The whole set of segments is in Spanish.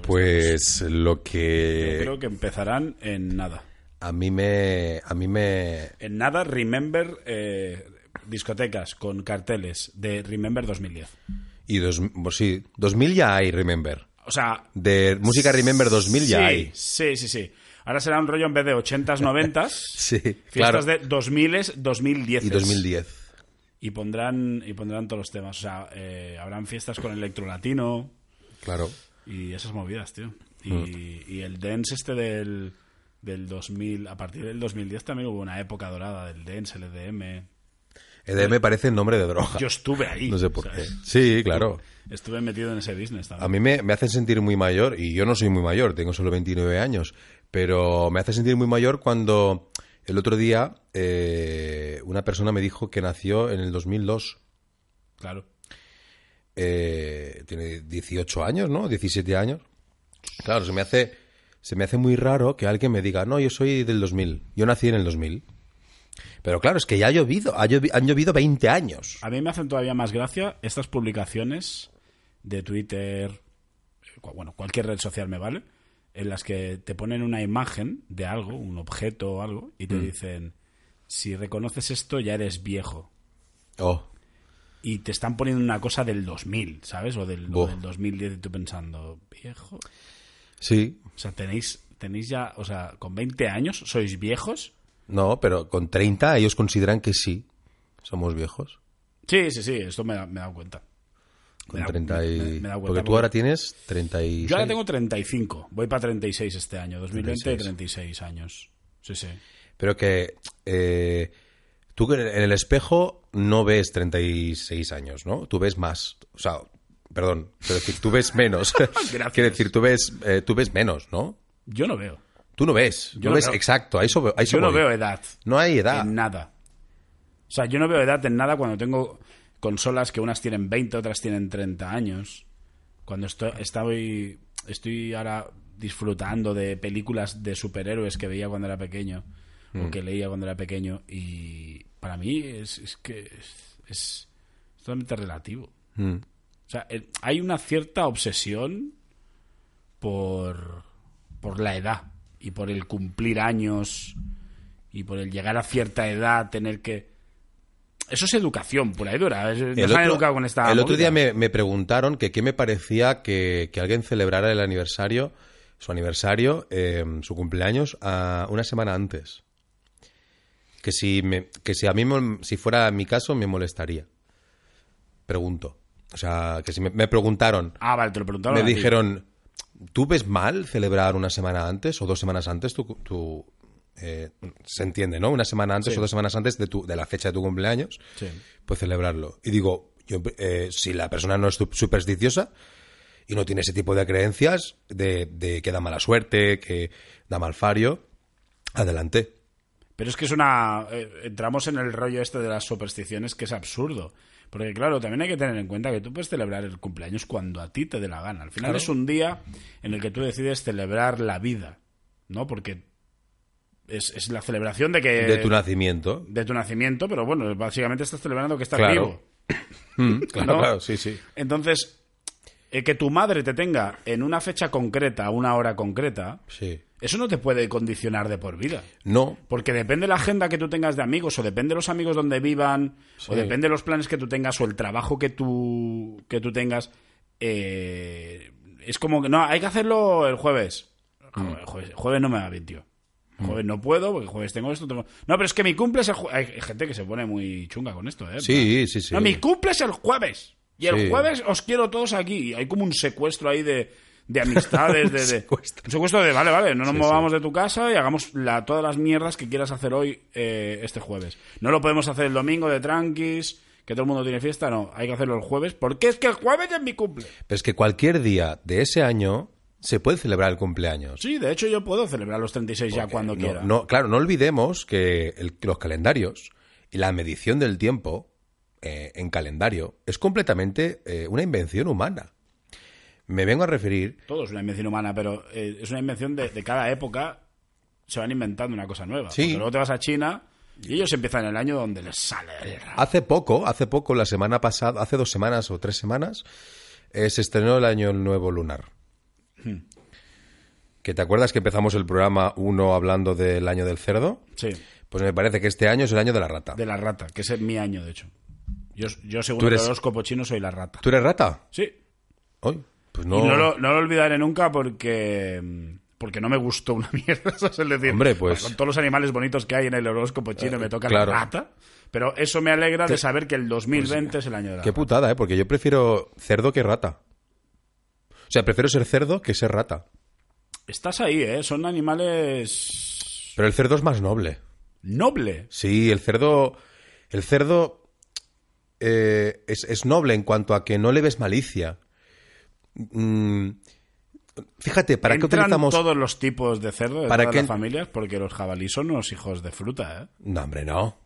Pues lo que Yo creo que empezarán en nada. a mí me a mí me En nada, Remember eh, discotecas con carteles de Remember 2010. y dos, pues sí, 2000 ya hay Remember. O sea, De música Remember 2000 ya sí, hay. Sí, sí, sí. Ahora será un rollo en vez de 80s, 90s. Sí, claro. Fiestas de 2000s, 2010. Y 2010. Y pondrán, y pondrán todos los temas. O sea, eh, habrán fiestas con electro latino Claro. y esas movidas, tío. Y, Mm. y el dance este del, del 2000, a partir del 2010 también hubo una época dorada del dance, el EDM. EDM E parece nombre de droga. Yo estuve ahí. Ah, No sé por qué. ¿sabes? Sí, claro. Estuve metido en ese business también. A mí me, me hacen sentir muy mayor, y yo no soy muy mayor, tengo solo 29 años, pero me hace sentir muy mayor cuando el otro día eh, una persona me dijo que nació en el 2002. Claro. eh, tiene 18 años, ¿no? 17 años. Claro, se me hace se me hace muy raro que alguien me diga, "No, yo soy del 2000. Yo nací en el 2000." Pero claro, es que ya ha llovido, ha llovi- han llovido 20 años. A mí me hacen todavía más gracia estas publicaciones de Twitter, eh, cu- bueno, cualquier red social me vale, en las que te ponen una imagen de algo, un objeto o algo, y te Mm. dicen, si reconoces esto ya eres viejo. Oh, Y te están poniendo una cosa del 2000, ¿sabes? O del, o Buah. del 2010 y tú pensando, viejo. sí. O sea, tenéis, tenéis ya, o sea, con 20 años sois viejos. No, pero con 30 ellos consideran que sí. Somos viejos. Sí, sí, sí, esto me, da- me he dado cuenta. Me Con da- 30 y... me- me- me da porque vuelta, tú porque- ahora tienes 36. Yo ahora tengo 35, voy para 36 este año, 2020 36, 36. años. Sí, sí. Pero que eh, tú que en el espejo no ves 36 años, ¿no? Tú ves más. O sea, perdón, quiero decir, tú ves menos. Gracias. quiero decir, tú ves, eh, tú ves menos, ¿no? Yo no veo. Tú no ves. Yo no no ves veo. exacto. A eso, a eso Yo no voy. veo edad No hay edad. en nada. O sea, yo no veo edad en nada cuando tengo consolas que unas tienen 20, otras tienen 30 años. Cuando estoy, estoy, estoy ahora disfrutando de películas de superhéroes que veía cuando era pequeño o que leía cuando era pequeño y para mí es, es que es- es totalmente relativo. Mm. O sea, el- hay una cierta obsesión por, por la edad y por el cumplir años y por el llegar a cierta edad, tener que... Eso es educación pura y dura. es- Nos El han otro- educado con esta... el otro día movida. me, me preguntaron que qué me parecía que, que alguien celebrara el aniversario, su aniversario, eh, su cumpleaños, a una semana antes. Que si, me- que si a mí, me- si fuera mi caso, me molestaría. Pregunto. O sea, que si me, me preguntaron, Ah, vale, te lo preguntaron. me a ti. dijeron, ¿tú ves mal celebrar una semana antes o dos semanas antes tu... cu- tu, eh, se entiende, ¿no? Una semana antes o dos semanas antes de, tu- de la fecha de tu cumpleaños Sí. pues celebrarlo. Y digo, yo, eh, si la persona no es tu- supersticiosa y no tiene ese tipo de creencias de, de que da mala suerte, que da mal fario, adelante. Pero es que es una... eh, entramos en el rollo este de las supersticiones que es absurdo. Porque claro, también hay que tener en cuenta que tú puedes celebrar el cumpleaños cuando a ti te dé la gana. Al final Claro. es un día en el que tú decides celebrar la vida, ¿no? Porque es, es la celebración de que... De tu nacimiento. de tu nacimiento, pero bueno, básicamente estás celebrando que estás Claro. vivo. Mm, claro, ¿No? claro, sí, sí. Entonces, eh, que tu madre te tenga en una fecha concreta, a una hora concreta, Sí. eso no te puede condicionar de por vida. No, Porque depende la agenda que tú tengas de amigos, o depende los amigos donde vivan, Sí. o depende los planes que tú tengas, o el trabajo que tú, que tú tengas. eh, es como que no, hay que hacerlo el jueves. Mm. Joder, el jueves, el jueves no me va bien, tío. El Jueves no puedo, porque el jueves tengo esto. tengo- No, pero es que mi cumple es el jue- Hay gente que se pone muy chunga con esto, ¿eh? sí, sí, sí. No, mi cumple es el jueves. Y el Sí. jueves os quiero todos aquí. Y Hay como un secuestro ahí de, de amistades, de, de- secuestro. Un secuestro de, vale, vale, no nos Sí, movamos de tu casa y hagamos la- todas las mierdas que quieras hacer hoy, eh, este jueves. No lo podemos hacer el domingo de tranquis, que todo el mundo tiene fiesta, no, hay que hacerlo el jueves, porque es que el jueves es mi cumple. Pero es que cualquier día de ese año se puede celebrar el cumpleaños. Sí, de hecho yo puedo celebrar los 36 ya cuando no, quiera. no, claro, no olvidemos que el- los calendarios y la medición del tiempo eh, en calendario es completamente eh, una invención humana. Me vengo a referir Todo es una invención humana, pero eh, es una invención de, de cada época. Se van inventando una cosa nueva. Sí. Porque luego te vas a China y ellos empiezan el año donde les sale el ra- Hace poco, hace poco, la semana pasada, hace dos semanas o tres semanas, eh, se estrenó el año nuevo lunar. Hmm. ¿Que te acuerdas que empezamos el programa 1 hablando del año del cerdo? Sí, Pues me parece que este año es el año de la rata. de la rata, que ese es mi año, de hecho. Yo, yo según Tú eres- el horóscopo chino, soy la rata. ¿Tú eres rata? Sí. Hoy. Pues Y no. no lo, no lo olvidaré nunca porque porque no me gustó una mierda. eso es decir, Hombre, pues- Con todos los animales bonitos que hay en el horóscopo chino me toca claro. la rata. Pero eso me alegra de saber que el 2020 es el año de la Qué rata. putada, ¿eh? Porque yo prefiero cerdo que rata. O sea, prefiero ser cerdo que ser rata. Estás ahí, ¿eh? Son animales... Pero el cerdo es más noble. noble. Sí, el cerdo. El cerdo eh, es, es noble en cuanto a que no le ves malicia. Mm, fíjate, ¿para qué Entran utilizamos. todos los tipos de cerdo de ¿Para todas qué- las familias? Porque los jabalíes son unos hijos de fruta, ¿eh? No, hombre, no.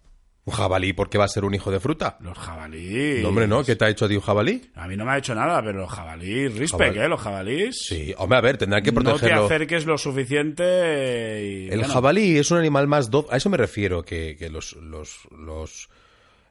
Un jabalí, ¿por qué va a ser un hijo de fruta? Los jabalíes... No, hombre, no. ¿Qué te ha hecho a ti un jabalí? A mí no me ha hecho nada, pero los jabalíes... Respect, Jabal- ¿eh? Los jabalíes... Sí, hombre, a ver, tendrán que No te protegerlo. acerques lo suficiente y... El bueno, jabalí es un animal más dócil. A eso me refiero, que, que los, los, los-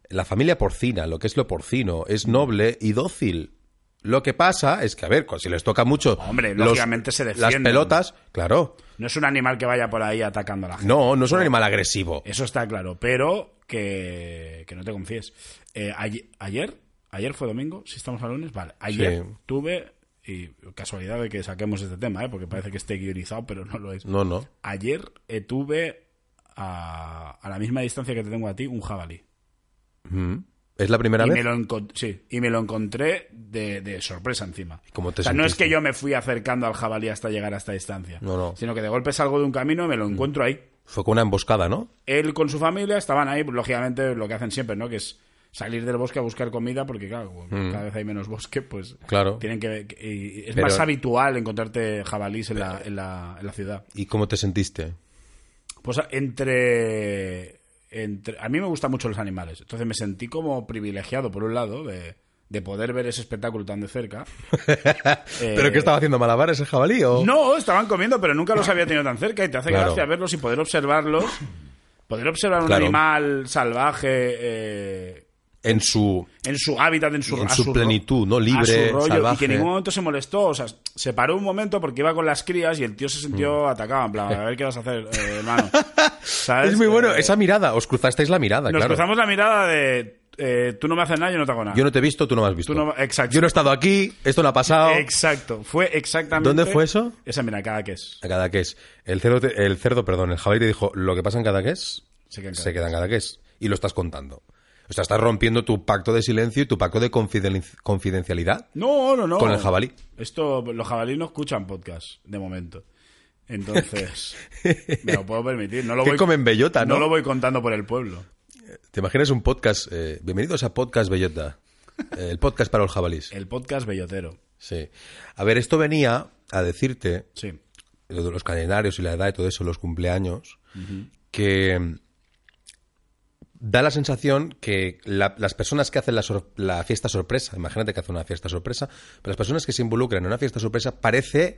La familia porcina, lo que es lo porcino, es noble y dócil. Lo que pasa es que, a ver, si les toca mucho. Hombre, los- lógicamente se Las defienden. pelotas, claro. No es un animal que vaya por ahí atacando a la gente. No, no es un animal agresivo. Eso está claro, pero que, que no te confíes. Eh, aye- ayer, ayer fue domingo, si estamos a lunes, vale. Ayer Sí. tuve, y casualidad de que saquemos este tema, ¿eh? porque parece que esté guionizado, pero no lo es. No, no. Ayer eh, tuve a, a la misma distancia que te tengo a ti un jabalí. Mm. Es la primera Y me, vez. lo encon- sí, y me lo encontré de, de sorpresa encima. cómo te o sea, no es sentiste? que yo me fui acercando al jabalí hasta llegar a esta distancia, No, no. Mm. sino que de golpe salgo de un camino y me lo encuentro ahí. Fue con una emboscada, ¿no? él con su familia estaban ahí, lógicamente lo que hacen siempre, ¿no? Que es salir del bosque a buscar comida porque, claro, como cada vez hay menos bosque, pues Mm. Claro. tienen que... que- y es Pero- más habitual encontrarte jabalís en la, en la, en la ciudad. ¿Y cómo te sentiste? Pues entre, entre... A mí me gustan mucho los animales, entonces me sentí como privilegiado, por un lado, de, de poder ver ese espectáculo tan de cerca. ¿Pero qué estaba haciendo malabar ese jabalí? o- Eh, No, estaban comiendo, pero nunca los había tenido tan cerca y te Oh. hace Claro. gracia verlos y poder observarlos. Poder observar un Claro. animal salvaje eh, En su. en su hábitat, en su, En a su ro- plenitud, ¿no? Libre, a su rollo, salvaje. Y que en ningún momento se molestó. O sea, se paró un momento porque iba con las crías y el tío se Mm. sintió atacado. En plan, a ver qué vas a hacer, eh, hermano. ¿Sabes? Es muy bueno, Eh, esa mirada. Os cruzasteis la mirada, Nos claro. cruzamos la mirada de eh, tú no me haces nada, yo no te hago nada. Yo no te he visto, tú no me has visto. Tú no- exacto. Yo no he estado aquí, esto no ha pasado. Exacto. Fue exactamente. ¿Dónde fue eso? Esa mira, cada que es. A Cadaqués. El cerdo, te- el cerdo, perdón, el jabalí te dijo, lo que pasa en Cadaqués Se queda en se Cadaqués". queda en Cadaqués. Y lo estás contando. O sea, estás rompiendo tu pacto de silencio y tu pacto de confiden- confidencialidad. No, no, no. Con el jabalí. Esto, los jabalíes no escuchan podcast, de momento. Entonces, me lo puedo permitir. No lo Que voy, comen bellota, ¿no? lo voy contando por el pueblo. ¿Te imaginas un podcast? eh, bienvenidos a Podcast Bellota. eh, El podcast para los jabalís. El podcast bellotero. Sí. A ver, esto venía a decirte, Sí. lo de los calendarios y la edad y todo eso, los cumpleaños, que mm, da la sensación que la- las personas que hacen la, sor- la fiesta sorpresa, imagínate que hace una fiesta sorpresa, pero las personas que se involucran en una fiesta sorpresa parece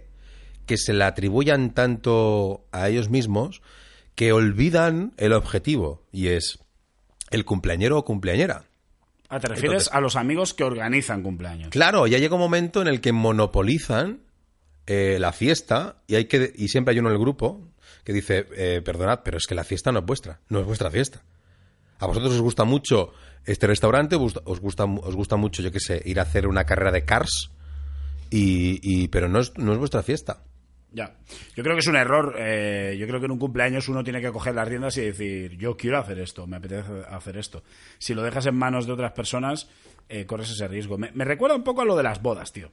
que se la atribuyan tanto a ellos mismos que olvidan el objetivo y es el cumpleañero o cumpleañera. Ah, te refieres Entonces- a los amigos que organizan cumpleaños. Claro, ya llega un momento en el que monopolizan eh, la fiesta y hay que y siempre hay uno en el grupo que dice, eh, perdonad, pero es que la fiesta no es vuestra, no es vuestra fiesta. A vosotros os gusta mucho este restaurante, os os gusta, mu- os gusta mucho, yo qué sé, ir a hacer una carrera de cars, y, y- pero no es, no es vuestra fiesta. Ya. Yo creo que es un error. eh, yo creo que en un cumpleaños uno tiene que coger las riendas y decir, yo quiero hacer esto, me apetece hacer esto. Si lo dejas en manos de otras personas, eh, corres ese riesgo. Me- me recuerda un poco a lo de las bodas, tío.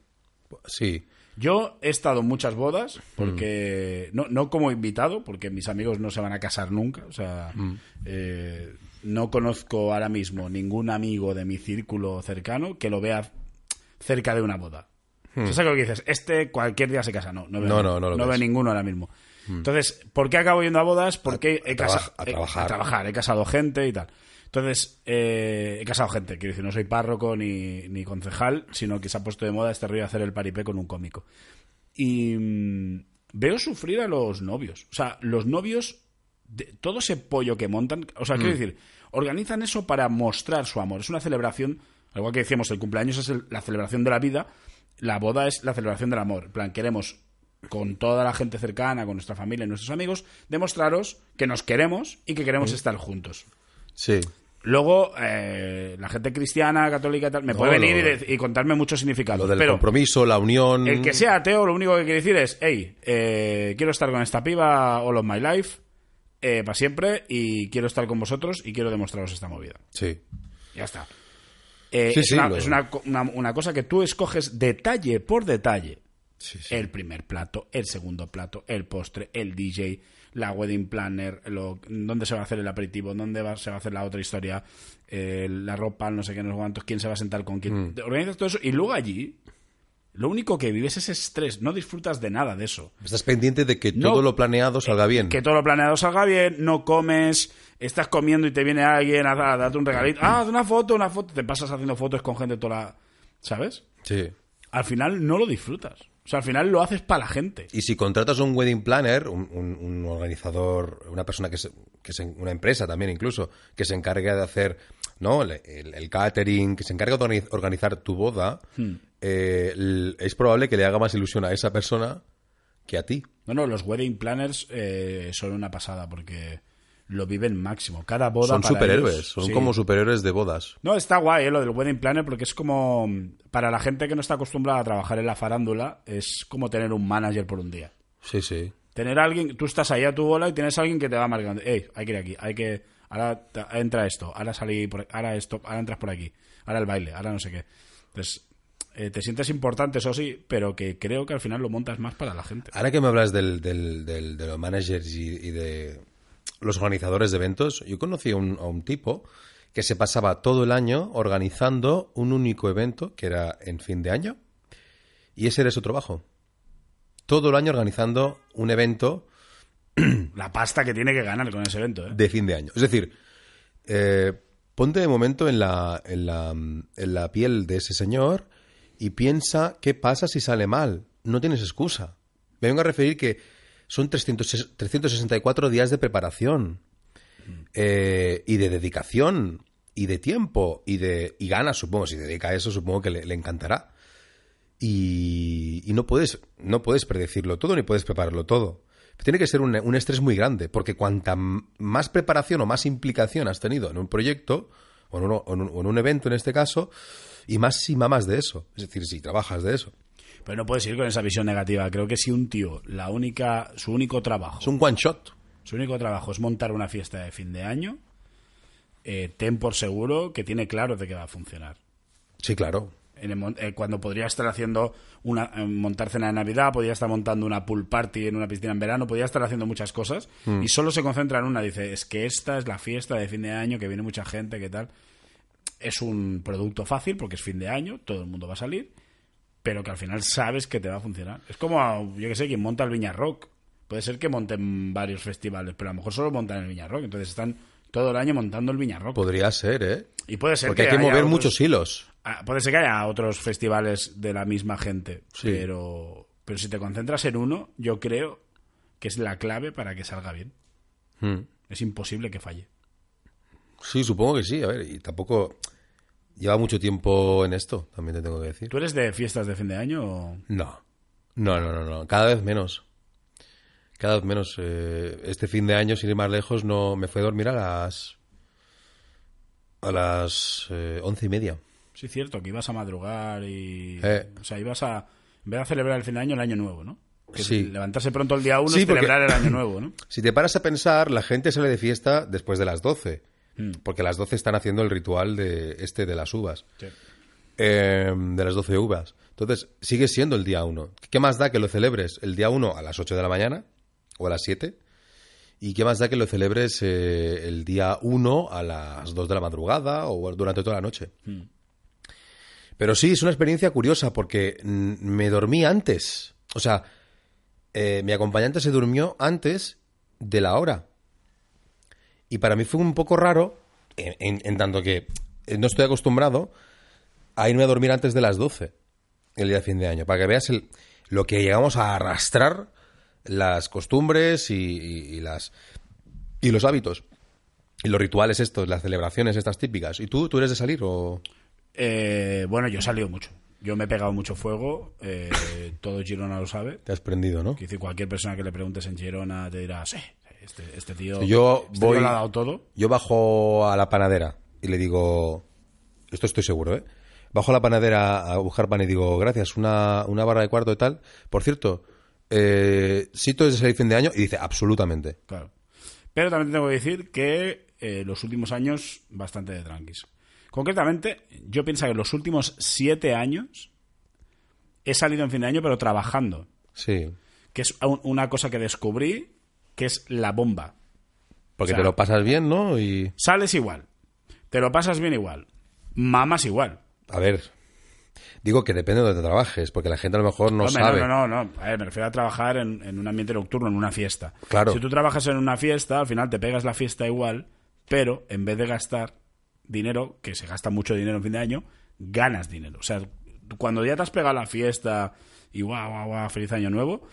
Sí, Yo he estado en muchas bodas, Mm. Mm. porque no, no como invitado, porque mis amigos no se van a casar nunca. O sea, eh, no conozco ahora mismo ningún amigo de mi círculo cercano que lo vea cerca de una boda. O sea, ¿sabes lo que dices? Este cualquier día se casa. No, no veo, Mm. No, no, no lo veo ves. Mm. ninguno ahora mismo. Entonces, ¿por qué acabo yendo a bodas? Porque A- he a casado... traba- a trabajar. He, he casado gente y tal. Entonces, eh, he casado gente. Quiero decir, no soy párroco ni, ni concejal, sino que se ha puesto de moda este rollo de hacer el paripé con un cómico. Y mm, veo sufrir a los novios. O sea, los novios, de- todo ese pollo que montan, o sea, Mm. quiero decir, organizan eso para mostrar su amor. Es una celebración, al igual que decíamos, el cumpleaños es el- la celebración de la vida, la boda es la celebración del amor. En plan, queremos con toda la gente cercana, con nuestra familia y nuestros amigos, demostraros que nos queremos y que Mm. queremos estar juntos. Sí. Luego, eh, la gente cristiana, católica y tal, me No, puede lo- venir y de- y, contarme muchos significados. Lo del pero, compromiso, la unión. el que sea ateo, lo único que quiere decir es, hey, eh, quiero estar con esta piba all of my life, para siempre, y quiero estar con vosotros y quiero demostraros esta movida. Sí. Ya está. Eh, Sí, es sí, una, lo- es una co- una- una cosa que tú escoges detalle por detalle. Sí, sí. El primer plato, el segundo plato, el postre, el DJ, la wedding planner, lo, dónde se va a hacer el aperitivo, dónde va- se va a hacer la otra historia, eh, la ropa, no sé qué, no sé cuántos, quién se va a sentar con quién. Organizas todo eso y luego allí lo único que vives es estrés, no disfrutas de nada de eso. Estás pendiente de que No. eh, todo lo planeado salga bien. Que todo lo planeado salga bien, no comes, estás comiendo y te viene alguien a, a darte un regalito. Ah, haz una foto, una foto. Te pasas haciendo fotos con gente toda la... ¿Sabes? Sí. Al final no lo disfrutas. O sea, al final lo haces para la gente. Y si contratas un wedding planner, un, un- un organizador, una persona que se, que se- una empresa también incluso, que se encargue de hacer, ¿no? El, el- el catering, que se encargue de organiz- organizar tu boda, Hmm. eh, el- es probable que le haga más ilusión a esa persona que a ti. No, no, los wedding planners eh, son una pasada porque lo viven máximo. Cada boda. son para superhéroes, ellos- son sí. como superhéroes de bodas. No, está guay eh, lo del wedding planner porque es como. Para la gente que no está acostumbrada a trabajar en la farándula, es como tener un manager por un día. Sí, sí. Tener alguien, tú estás ahí a tu bola y tienes alguien que te va marcando. Ey, hay que ir aquí, hay que. Ahora ta- entra esto, ahora salí, por, ahora esto, ahora entras por aquí, ahora el baile, ahora no sé qué. Entonces, eh, te sientes importante, eso sí, pero que creo que al final lo montas más para la gente. Ahora que me hablas del, del- del- de los managers y, y de los organizadores de eventos, yo conocí a un, a un tipo que se pasaba todo el año organizando un único evento que era en fin de año y ese era su trabajo. Todo el año organizando un evento La pasta que tiene que ganar con ese evento, ¿eh? de fin de año. Es decir, eh, ponte de momento en la, en, la, en la piel de ese señor y piensa qué pasa si sale mal. No tienes excusa. Me vengo a referir que son 300 364 días de preparación eh, y de dedicación y de tiempo y de y ganas, supongo. Si dedica a eso, supongo que le, le encantará. Y, y no puedes no puedes predecirlo todo ni puedes prepararlo todo. Tiene que ser un, un estrés muy grande, porque cuanta m- más preparación o más implicación has tenido en un proyecto, o en, uno- o en un, o en un evento en este caso, y más si mamas de eso, es decir, si trabajas de eso. Pero no puedes ir con esa visión negativa. Creo que si un tío, la única, su único trabajo, Es un one shot. su único trabajo es montar una fiesta de fin de año, eh, ten por seguro que tiene claro de que va a funcionar. Sí, claro. En el mon- eh, cuando podría estar haciendo una eh, montar cena de Navidad, podría estar montando una pool party en una piscina en verano, podría estar haciendo muchas cosas Hmm. y solo se concentra en una. Dice, es que esta es la fiesta de fin de año, que viene mucha gente, que tal. Es un producto fácil porque es fin de año, todo el mundo va a salir, pero que al final sabes que te va a funcionar. Es como, a, yo que sé, quien monta el Viña Rock. Puede ser que monten varios festivales, pero a lo mejor solo montan el Viña Rock. Entonces están todo el año montando el Viña Rock. Podría ser, ¿eh? Y puede ser Porque hay que haya mover otros- muchos hilos. Ah, puede ser que haya otros festivales de la misma gente, Sí. pero, pero si te concentras en uno, yo creo que es la clave para que salga bien. Mm. Es imposible que falle. Sí, supongo que sí. A ver, y tampoco lleva mucho tiempo en esto, también te tengo que decir. ¿Tú eres de fiestas de fin de año o No. No, no, no, no. Cada vez menos. Cada vez menos. Eh, este fin de año, sin ir más lejos, no me fui a dormir a las. a las eh, once y media. Sí, cierto, que ibas a madrugar y... Eh. O sea, ibas a... En vez de celebrar el fin de año, el año nuevo, ¿no? Que es Sí. levantarse pronto el día uno Sí, y porque- celebrar el año nuevo, ¿no? Si te paras a pensar, la gente sale de fiesta después de las doce. Porque a las doce están haciendo el ritual de este de las uvas. Sí. eh, de las 12 uvas. Entonces, sigue siendo el día 1. ¿Qué más da que lo celebres el día 1 a las 8 de la mañana o a las 7 ¿Y qué más da que lo celebres eh, el día 1 a las 2 de la madrugada o durante toda la noche? Pero sí, es una experiencia curiosa porque mm, me dormí antes. O sea, eh, mi acompañante se durmió antes de la hora. Y para mí fue un poco raro, en, en- en tanto que eh, no estoy acostumbrado a irme a dormir antes de las 12, el día de fin de año, para que veas el- lo que llegamos a arrastrar las costumbres y, y- y las, y los hábitos. Y los rituales estos, las celebraciones estas típicas. ¿Y tú, tú eres de salir o...? Eh, bueno, yo he salido mucho. Yo me he pegado mucho fuego. eh, todo Girona lo sabe. Te has prendido, ¿no? Quiero decir, cualquier persona que le preguntes en Girona te dirá, sí, este, este tío, Yo este voy- tío lo ha dado todo. Yo bajo a la panadera y le digo, esto estoy seguro, ¿eh? Bajo a la panadera a buscar pan y digo, gracias, una, una barra de cuarto y tal. Por cierto, eh, ¿Sito es de salir fin de año? Y dice, absolutamente. Claro. Pero también tengo que decir que eh, los últimos años, bastante de tranquis. Concretamente, yo pienso que los últimos siete años he salido en fin de año, pero trabajando. Sí. Que es un- una cosa que descubrí que es la bomba. Porque O sea, te lo pasas bien, ¿no? Y, Sales igual. Te lo pasas bien igual. Mamas igual. a ver, digo que depende de donde trabajes, porque la gente a lo mejor no Hombre, sabe. No, no, no, no. A ver, me refiero a trabajar en, en un ambiente nocturno, en una fiesta. Claro. Si tú trabajas en una fiesta, al final te pegas la fiesta igual, pero en vez de gastar dinero, que se gasta mucho dinero en fin de año, ganas dinero. O sea, tú cuando ya te has pegado la fiesta y guau, guau, guau, feliz año nuevo,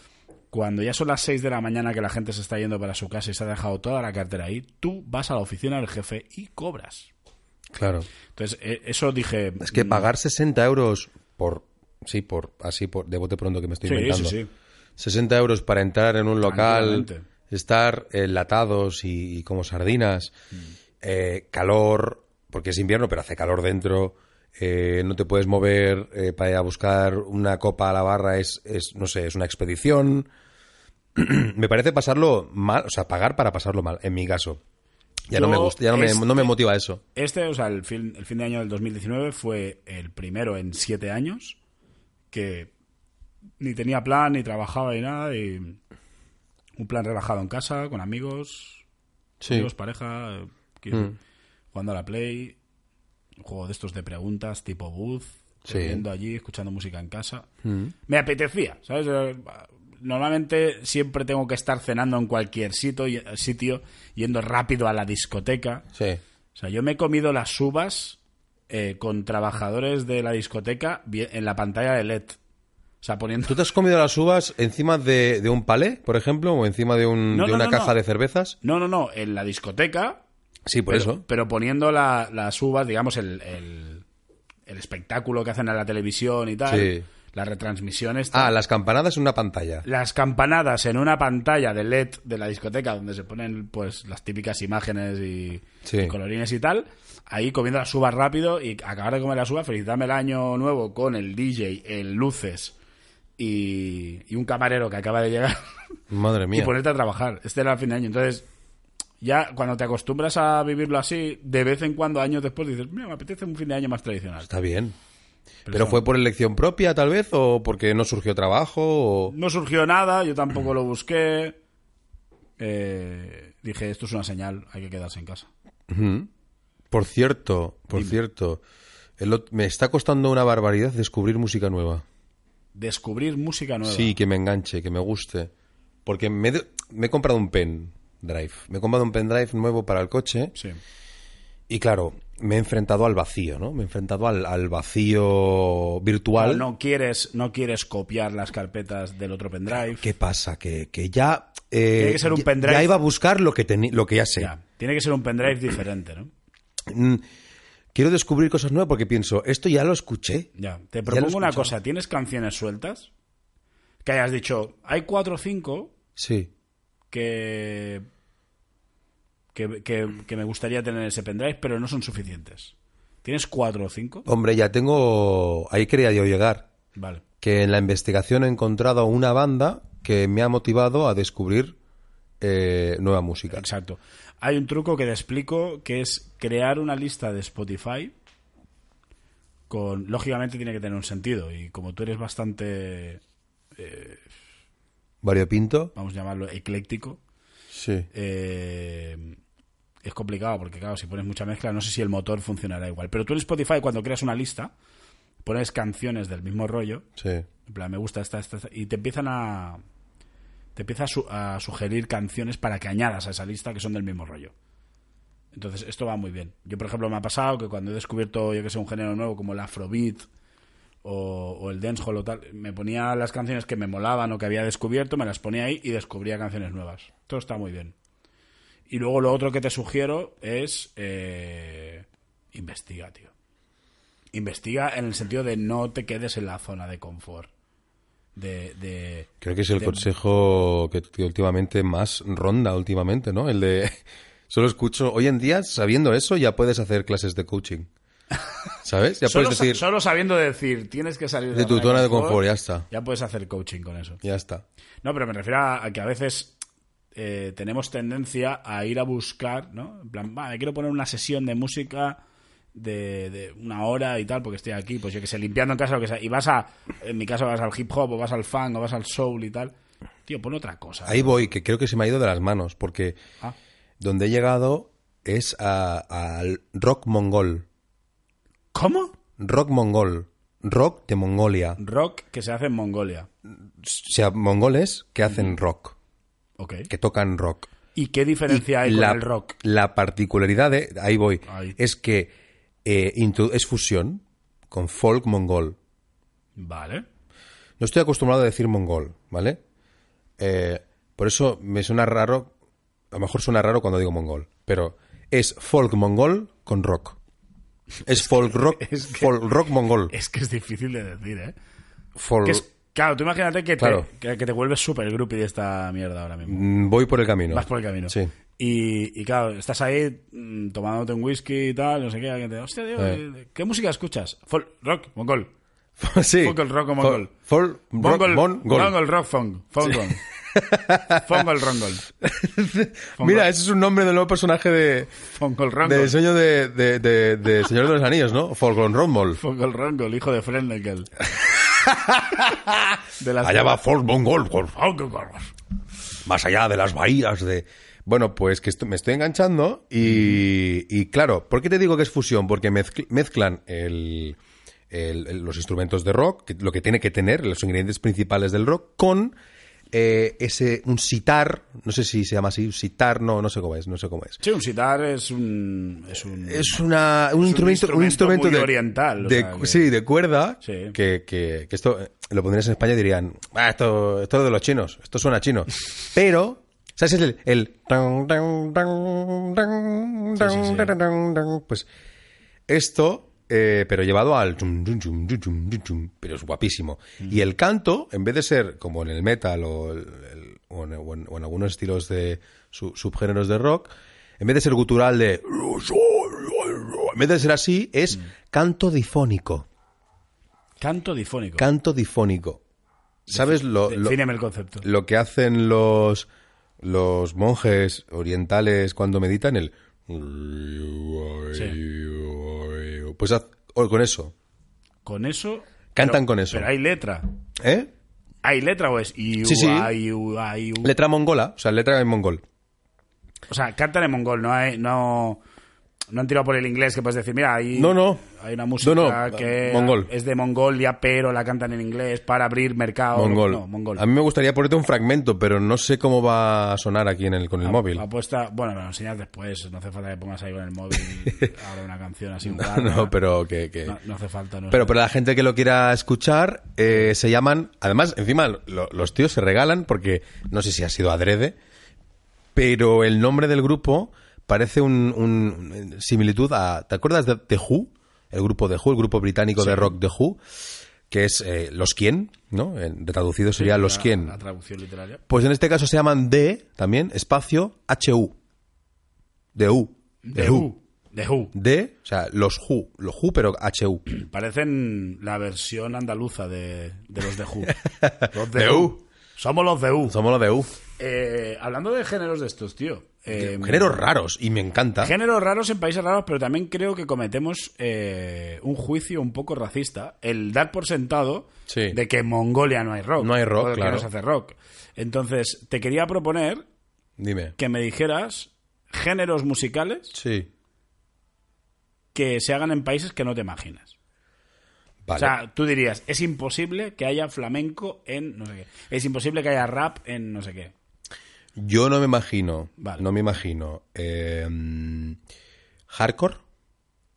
cuando ya son las 6 de la mañana que la gente se está yendo para su casa y se ha dejado toda la cartera ahí, tú vas a la oficina del jefe y cobras. Claro. Entonces, eh, eso dije... mm, Es que pagar 60 euros por... Sí, por así, por de bote pronto que me estoy Sí, sí, inventando. sí. 60 euros para entrar en Ah, un local, Tranquilamente. estar enlatados y, y como sardinas, Mm. eh, calor, porque es invierno, pero hace calor dentro, eh, no te puedes mover eh, para ir a buscar una copa a la barra, es, es, no sé, es una expedición. me parece pasarlo mal, o sea, pagar para pasarlo mal, en mi caso. Ya no Yo me gusta, ya no, me, este- no me motiva eso. Este, o sea, el fin, el fin de año del 2019 fue el primero en siete años que ni tenía plan, ni trabajaba, ni nada. Y un plan relajado en casa, con amigos, Sí. Mm. amigos, pareja, eh, que- jugando a la Play, un juego de estos de preguntas tipo Buzz, Sí. Mm. viendo allí, escuchando música en casa. Me apetecía, ¿sabes? Eh, Normalmente siempre tengo que estar cenando en cualquier sitio, y- sitio yendo rápido a la discoteca. Sí. O sea, yo me he comido las uvas eh, con trabajadores de la discoteca vi- en la pantalla de LED. O sea, poniendo... ¿Tú te has comido las uvas encima de, de un palé, por ejemplo, o encima de, un- No, de no, una no, caja no. de cervezas? No, no, no, en la discoteca, Sí, por pero, eso. pero poniendo la- las uvas, digamos, el, el- el espectáculo que hacen en la televisión y tal. Sí. Las retransmisiones. tal. Ah, las campanadas en una pantalla. las campanadas en una pantalla de LED de la discoteca donde se ponen pues las típicas imágenes y, Sí. y colorines y tal, ahí comiendo las uvas rápido y acabar de comer las uvas, felicitarme el año nuevo con el DJ, el luces y, y un camarero que acaba de llegar Madre y mía. ponerte a trabajar. Este era el fin de año. Entonces, ya cuando te acostumbras a vivirlo así, de vez en cuando, años después, dices, mira, me apetece un fin de año más tradicional. Está bien. Pero Pero, son- fue por elección propia, tal vez, o porque no surgió trabajo, o... No surgió nada, yo tampoco lo busqué. Eh, dije, esto es una señal, hay que quedarse en casa. Ujú. Por cierto, por cierto, el ot- me está costando una barbaridad descubrir música nueva. Descubrir música nueva. Sí, que me enganche, que me guste. Porque me, he de- me he comprado un pen drive. Me he comprado un pendrive nuevo para el coche. Sí. Y claro, me he enfrentado al vacío, ¿no? Me he enfrentado al, al vacío virtual. Ah, No quieres, no quieres copiar las carpetas del otro pendrive. ¿Qué pasa? Que, que ya. eh, Tiene que ser un ya- pendrive. Ya iba a buscar lo que, teni- lo que ya sé. Ya, Tiene que ser un pendrive diferente, ¿no? Mm, quiero descubrir cosas nuevas porque pienso, esto ya lo escuché. Ya. Te lo he propongo una escuchado. cosa, ¿tienes canciones sueltas? Que hayas dicho, hay cuatro o cinco Sí. que, que, que- que me gustaría tener en ese pendrive, pero no son suficientes. ¿Tienes cuatro o cinco? Hombre, ya tengo. Ahí quería yo llegar. Vale. Que en la investigación he encontrado una banda que me ha motivado a descubrir eh, nueva música. Exacto. Hay un truco que te explico que es crear una lista de Spotify con lógicamente tiene que tener un sentido y como tú eres bastante Variopinto. vamos a llamarlo ecléctico Sí. eh, es complicado porque, claro, si pones mucha mezcla, no sé si el motor funcionará igual. Pero tú en Spotify, cuando creas una lista, pones canciones del mismo rollo, Sí. en plan, me gusta esta, esta, esta, y te empiezan a. Te empieza a, su- a sugerir canciones para que añadas a esa lista que son del mismo rollo. Entonces, esto va muy bien. Yo, por ejemplo, me ha pasado que cuando he descubierto, yo que sé, un género nuevo como el Afrobeat o, o el Dancehall o tal, me ponía las canciones que me molaban o que había descubierto, me las ponía ahí y descubría canciones nuevas. Todo está muy bien. Y luego lo otro que te sugiero es eh, investiga, tío. Investiga en el sentido de no te quedes en la zona de confort. De, de- Creo que es el de- consejo que, que últimamente más ronda últimamente, ¿no? El de solo escucho hoy en día sabiendo eso ya puedes hacer clases de coaching. ¿Sabes? Ya solo, puedes sa- decir solo sabiendo decir, tienes que salir de la tu zona de confort, ya está. Ya puedes hacer coaching con eso. Ya está. No, pero me refiero a, a que a veces eh, tenemos tendencia a ir a buscar, ¿no? En plan, va, me quiero poner una sesión de música de, de una hora y tal, porque estoy aquí, pues yo que sé, limpiando en casa, lo que sea. Y vas a, en mi caso, vas al hip hop, o vas al funk, o vas al soul y tal. Tío, pon otra cosa. Ahí voy, que creo que se me ha ido de las manos, porque Ah. donde he llegado es a- al rock mongol. ¿Cómo? Rock mongol. Rock de Mongolia. Rock que se hace en Mongolia. O sea, mongoles que hacen rock, Ok. que tocan rock. ¿Y qué diferencia hay con el rock? La particularidad de, ahí voy, Ahí. es que eh, intu- es fusión con folk mongol. Vale. No estoy acostumbrado a decir mongol, ¿vale? Eh, por eso me suena raro, a lo mejor suena raro cuando digo mongol, pero es folk mongol con rock. Es folk rock, es que- folk rock mongol. Es que es difícil de decir, ¿eh? Folk- Que es- claro, tú imagínate que, te- Claro. que, que te vuelves super groupie de esta mierda ahora mismo. Mm, Voy por el camino. Vas por el camino. Sí. Y, y claro, estás ahí mm, tomándote un whisky y tal, no sé qué. Alguien te hostia, tío, Eh. ¿qué música escuchas? Folk, rock, mongol. sí. Folk rock o mongol. Folk rock Mongol, mongol. mongol, rock, fong, fongol. Fongol, rongol. Mira, ese es un nombre del nuevo personaje de, Fongol, De rongol. sueño de, de, de, de Señor de los Anillos, ¿no? Folgon Rommel. Fongol, rongol, hijo de Frennekel. de las Allá va Folgon Golf, Fongol, rongol. más allá de las bahías de... Bueno, pues que esto- me estoy enganchando y, y claro, ¿por qué te digo que es fusión? Porque mezcl- mezclan el, el- el- los instrumentos de rock, que- lo que tiene que tener, los ingredientes principales del rock, con eh, ese un sitar, no sé si se llama así, sitar, no, no sé cómo es, no sé cómo es. Sí, un sitar es un... Es un... Es una, un, un instrumento, un instrumento instrumento muy de, oriental, o de- sea, que- Sí, de cuerda. Sí. Que, que- que esto eh, lo pondrías en España y dirían, "Ah, esto, esto es de los chinos, esto suena chino. Pero, ¿sabes? Es el. el tan, tan, tan, tan, sí, sí. tan, tan, tan, Pues esto, eh, pero llevado al. chum, chum, chum, chum, chum, chum, chum, pero es guapísimo. Mm. Y el canto, en vez de ser como en el metal o, el- el- o en, o en- o en algunos estilos de su- subgéneros de rock, en vez de ser gutural de. En vez de ser así, es Mm. canto difónico. Canto difónico. Canto difónico. ¿Sabes lo, lo, Defíneme el concepto. lo que hacen los, los monjes orientales cuando meditan? El. Pues haz- o con eso. Con eso... Cantan pero- con eso. Pero hay letra. ¿Eh? ¿Hay letra o es iu, Sí, sí. aiu, aiu? Letra mongola, o sea, letra en mongol. O sea, cantan en mongol, no hay, no, no han tirado por el inglés que puedes decir, mira, hay, No, no. hay una música No, no, que mongol. es de Mongolia, pero la cantan en inglés para abrir mercado. Mongol. Ah, No, mongol. A mí me gustaría ponerte un fragmento, pero no sé cómo va a sonar aquí en el, con el Ah, móvil. Apuesta, bueno, me lo enseñas después, no hace falta que pongas ahí con el móvil ahora una canción así. No, guarra. no, pero que... que- ah, No, no hace falta, no. Pero para la gente que lo quiera escuchar, eh, se llaman. Además, encima, lo- los tíos se regalan porque no sé si ha sido adrede, pero el nombre del grupo parece un, un- similitud a. ¿Te acuerdas de The Who? El grupo The Who, el grupo británico de rock The Who, que es eh, Los Quién, ¿no? En- de traducido sería Los La- Quién. La traducción literaria. Pues en este caso se llaman D también, espacio HU. De U. De Who. De Who. D, o sea, los Who, los Who, pero HU. Parecen la versión andaluza de, de los de Who. Los De Who. Somos los de Who. Somos los de U. Eh, hablando de géneros de estos, tío. eh, Géneros raros, y me encanta. Géneros raros en países raros, pero también creo que cometemos eh, un juicio un poco racista. El dar por sentado Sí. de que en Mongolia no hay rock. No hay rock, o de que claro. no se hace rock. Entonces, te quería proponer Dime. que me dijeras géneros musicales Sí. que se hagan en países que no te imaginas. Vale. O sea, tú dirías, es imposible que haya flamenco en no sé qué. Es imposible que haya rap en no sé qué. Yo no me imagino. Vale. No me imagino. em, hardcore.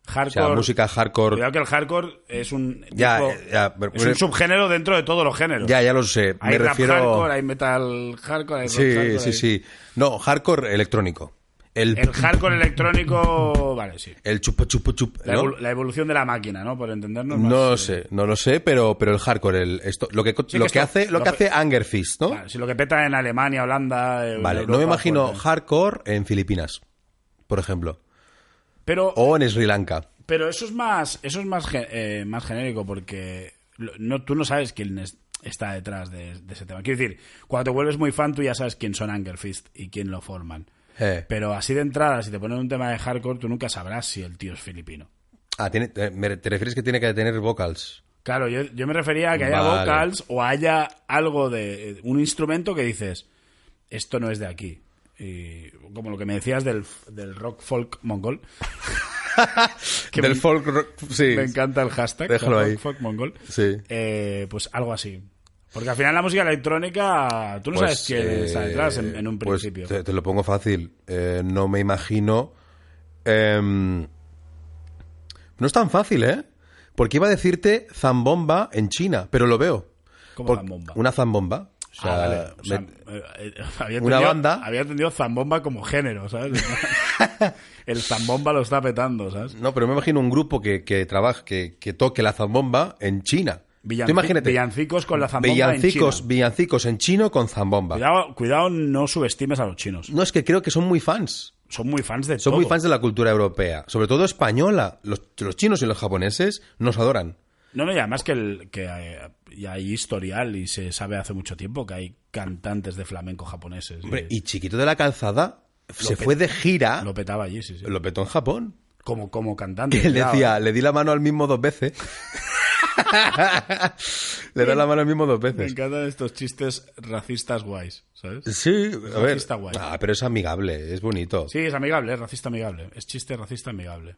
O Hardcore. sea, música hardcore. Cuidado que el hardcore es un, Ya, tipo- eh, ya, pero- es un subgénero dentro de todos los géneros. Ya, ya lo sé. hay me rap refiero. hardcore, hay metal hardcore, hay rock sí, hardcore, sí, hay- sí. No, hardcore electrónico. El, El hardcore electrónico, vale, sí. el chupa chupa chup. La, ¿no? evol- la evolución de la máquina, ¿no? Por entendernos. No más, lo eh, sé, no lo sé, pero, pero el hardcore, el, esto, lo que, Sí, lo que que esto- hace, lo lo que que- hace Anger Fist, ¿no? Vale, si lo que peta en Alemania, Holanda. eh, Vale, Europa, no me imagino fuerte. hardcore en Filipinas, por ejemplo, Pero, o en Sri Lanka. pero eso es más, eso es más, ge- eh, más genérico porque lo- no, tú no sabes quién es- está detrás de, de ese tema. Quiero decir, cuando te vuelves muy fan, tú ya sabes quién son Anger Fist y quién lo forman. Eh, Pero así de entrada, si te ponen un tema de hardcore, tú nunca sabrás si el tío es filipino. ah, tiene- eh, me- te refieres que tiene que tener vocals. Claro, yo, yo me refería a que haya Vale. vocals o haya algo de un instrumento que dices, esto no es de aquí. Y como lo que me decías del, del rock folk mongol. Que Del me- folk rock, sí. Me encanta el hashtag. Déjalo rock ahí. folk mongol. Sí. Eh, pues algo así. Porque al final la música electrónica, tú no Pues, sabes quién está eh, detrás en, en un pues principio. te, te lo pongo fácil. Eh, no me imagino. em, no es tan fácil, ¿eh? Porque iba a decirte zambomba en China, pero lo veo. ¿Cómo zambomba? Una zambomba. O sea, Ah, vale. O sea, me- eh, eh, había una entendido- banda. Había entendido zambomba como género, ¿sabes? el zambomba lo está petando, ¿sabes? No, pero me imagino un grupo que, que trabaje, que, que toque la zambomba en China. Villanci- Tú imagínate. villancicos con la zambomba Villancicos, en China. villancicos en chino con zambomba. Cuidado, cuidado, no subestimes a los chinos. No, es que creo que son muy fans. Son muy fans de Son todo. muy fans de la cultura europea, sobre todo española. Los, los chinos y los japoneses nos adoran. No, no, y además que, el, que hay, ya hay historial y se sabe hace mucho tiempo que hay cantantes de flamenco japoneses. Hombre, y y Chiquito de la Calzada se pe- fue de gira, lo petaba allí, sí, sí. lo petó en Japón. Como, como cantante. Que él cuidado, decía, ¿eh? le di la mano al mismo dos veces. le da la mano al mismo dos Me veces. encantan estos chistes racistas guays, ¿sabes? Sí, a ver. Racista guay. Ah, pero es amigable, es bonito. Sí, es amigable, es racista amigable. Es chiste racista amigable.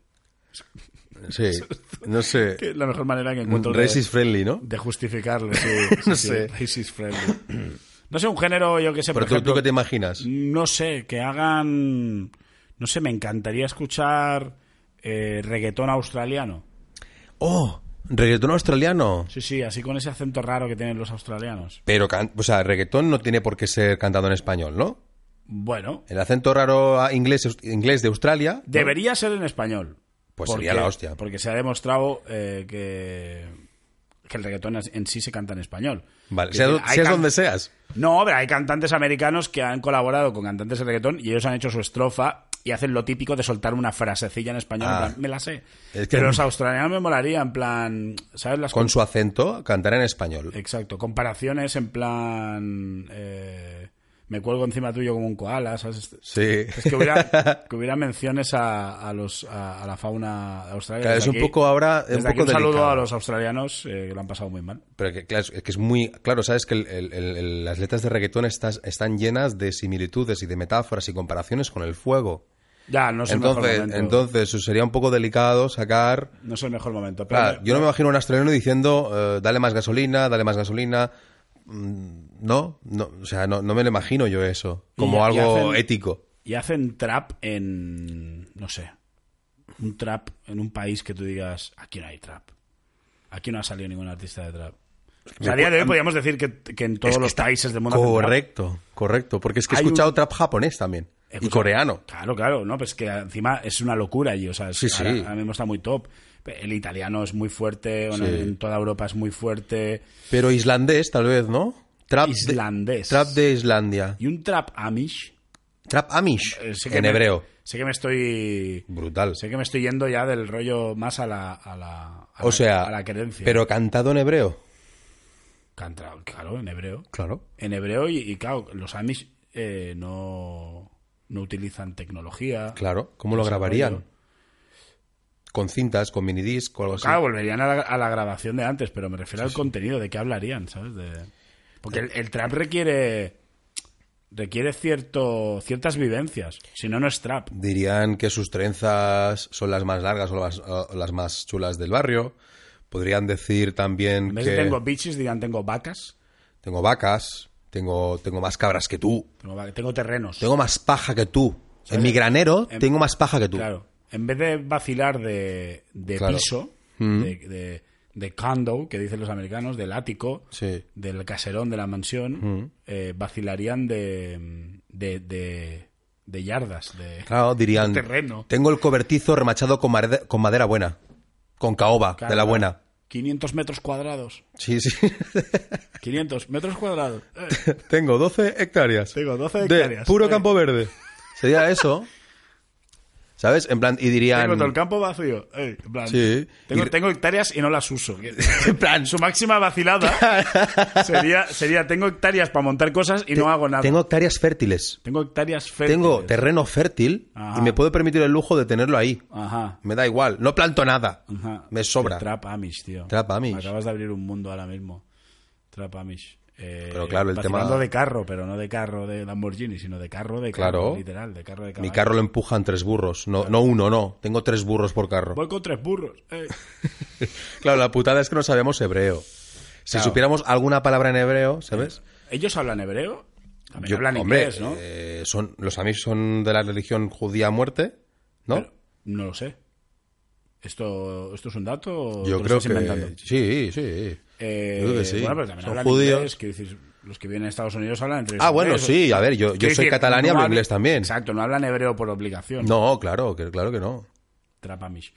Sí, no sé. Que es la mejor manera que encuentro de, Mm, Racist friendly, ¿no? de justificarlo. sí, sí, No sí, sé. racist friendly. No sé, un género, yo que sé, Pero por tú, ejemplo, mm. tú qué te imaginas. no sé, que hagan... No sé, me encantaría escuchar eh, reggaetón australiano. Oh, reggaetón australiano. Sí, sí, así con ese acento raro que tienen los australianos. Pero, can- o sea, reggaetón no tiene por qué ser cantado en español, ¿no? Bueno, El acento raro a inglés, inglés de Australia. ¿no? debería ser en español. Pues sería la hostia. Porque se ha demostrado eh, que, que el reggaetón en sí se canta en español. Vale, Que seas, hay seas can- donde seas. No, pero hay cantantes americanos que han colaborado con cantantes de reggaetón y ellos han hecho su estrofa y hacen lo típico de soltar una frasecilla en español. en Ah. plan, me la sé. Es que- Pero los australianos me molaría, en plan, ¿sabes? Las Con su acento, cantar en español. Exacto, comparaciones en plan... eh, me cuelgo encima tuyo como un koala, ¿sabes? Sí. Es que hubiera, que hubiera menciones a, a los, a, a la fauna australiana. Claro, Desde es un aquí- poco ahora. desde Un aquí poco un saludo delicado. a los australianos eh, que lo han pasado muy mal. Pero que, claro, es que es muy. Claro, sabes que el- el- el- el- las letras de reggaetón estas- están llenas de similitudes y de metáforas y comparaciones con el fuego. Ya, no es el entonces, mejor momento. entonces sería un poco delicado sacar. no es el mejor momento. Pero, Claro, yo no me imagino a un australiano diciendo, eh, dale más gasolina, dale más gasolina. Mm, No, no, o sea, no, no me lo imagino yo eso, como Y- y algo hacen- ético. Y hacen trap en... no sé. Un trap en un país que tú digas, aquí no hay trap. Aquí no ha salido ningún artista de trap. O sea, a día de hoy podríamos decir que, que en todos que los está países del mundo... hacen trap. Correcto, correcto, porque es que he Hay escuchado trap japonés también y Escucha- coreano. Claro, claro, no, pues que encima es una locura allí, o sea, es- Sí, sí. Ahora, ahora mismo está muy top. El italiano es muy fuerte, bueno, Sí. en toda Europa es muy fuerte. Pero islandés, tal vez, ¿no? Trap, Islandés. De, trap de Islandia. Y un trap amish. Trap Amish, eh, sé que en me- hebreo. Sé que me estoy. Brutal. Sé que me estoy yendo ya del rollo más a la. A la a o la- sea, a la creencia. pero cantado en hebreo. Cantra- claro, en hebreo. Claro. En hebreo, y, y claro, los amish eh, no. No utilizan tecnología. Claro, ¿cómo lo Desarrollo. grabarían? Con cintas, con minidisc, o algo así. Claro, volverían a la, a la grabación de antes, pero me refiero al contenido, de qué hablarían, ¿sabes? De- Porque el, el trap requiere requiere cierto, ciertas vivencias. Si no, no es trap. Dirían que sus trenzas son las más largas o las, o las más chulas del barrio. Podrían decir también En que vez de tengo bitches, digan tengo vacas. tengo vacas, tengo, tengo más cabras que tú, Tengo, va- tengo terrenos. tengo más paja que tú. En ¿Sabes? mi granero En- tengo más paja que tú. Claro. En vez de vacilar de, de Claro. Mm. piso, de, de, de condo, que dicen los americanos, del ático, Sí. Mm. del caserón de la mansión, eh, vacilarían de, de, de, de yardas. De, Claro, dirían, Terreno. tengo el cobertizo remachado con madera, con madera buena, con caoba, de la Claro, buena. 500 metros cuadrados. Sí, sí. 500 metros cuadrados. Eh, tengo 12 hectáreas. Tengo 12 de hectáreas. puro Eh. campo verde. Sería eso. ¿Sabes? En plan, y dirían... Tengo todo el campo vacío. Eh, en plan, Sí. tengo, Y- tengo hectáreas y no las uso. En plan, Su máxima vacilada sería, sería tengo hectáreas para montar cosas y no hago nada. tengo hectáreas fértiles. Tengo hectáreas fértiles. Tengo terreno fértil Ajá. y me puedo permitir el lujo de tenerlo ahí. Ajá. Me da igual, no planto nada. ajá. Me sobra. Qué Trap Amish, tío. Trap Amish. Me acabas de abrir un mundo ahora mismo. Trap Amish. Eh, Pero claro, el tema- vacilando de carro, pero no de carro de Lamborghini, sino de carro de carro, Claro. literal, de carro de Mi caballo. carro lo empujan tres burros. No, no uno, no. Tengo tres burros por carro. Voy con tres burros. eh. Claro, la putada es que no sabemos hebreo. Si Claro. supiéramos alguna palabra en hebreo, ¿sabes? ¿Ellos hablan hebreo? También Yo- hablan hombre, inglés, ¿no? eh, son, los amish son de la religión judía a muerte, ¿no? Pero no lo sé. ¿Esto, ¿Esto es un dato o Yo te lo creo estás inventando? que... Sí, sí. Eh, Yo creo que sí. Bueno, pero también Son hablan judíos. inglés, quiero decir, los que vienen a Estados Unidos hablan entre ellos Ah, bueno, inglés. sí. A ver, yo, yo Quiero soy decir, catalán y no hablo hablan- inglés también. Exacto, no hablan hebreo por obligación. No, claro, que, claro que no. Trapamish.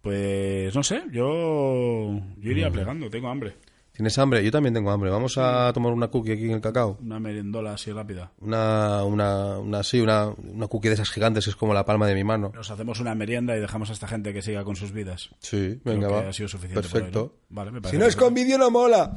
Pues no sé, yo, yo iría plegando, tengo hambre. ¿Tienes hambre? Yo también tengo hambre. Vamos a tomar una cookie aquí en el cacao. Una merendola así rápida. Una, una, una, sí, una, una cookie de esas gigantes que es como la palma de mi mano. Nos hacemos una merienda y dejamos a esta gente que siga con sus vidas. Sí, Creo venga, que va. ha sido suficiente por hoy, Perfecto. ¿no? Vale, me parece Si no es perfecto. con vídeo, no mola.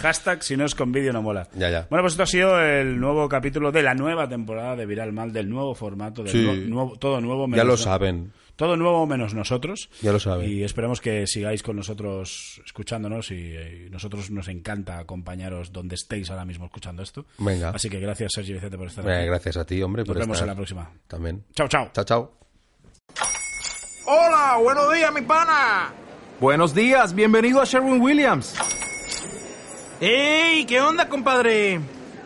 Hashtag si no es con vídeo no mola. Ya, ya. Bueno, pues esto ha sido el nuevo capítulo de la nueva temporada de Viral Mal, del nuevo formato, del Sí. nu- nuevo, todo nuevo menos Ya lo no- saben. Todo nuevo menos nosotros. Ya lo saben. Y esperemos que sigáis con nosotros escuchándonos y, y nosotros nos encanta acompañaros donde estéis ahora mismo escuchando esto. Venga. Así que gracias Sergio Vicente por estar Eh, aquí. gracias a ti, hombre, Nos por vemos estar en la próxima. También. Chao, chao. Chao, chao. Hola, buenos días, mi pana. Buenos días, bienvenido a Sherwin Williams. ¡Ey! ¿Qué onda, compadre?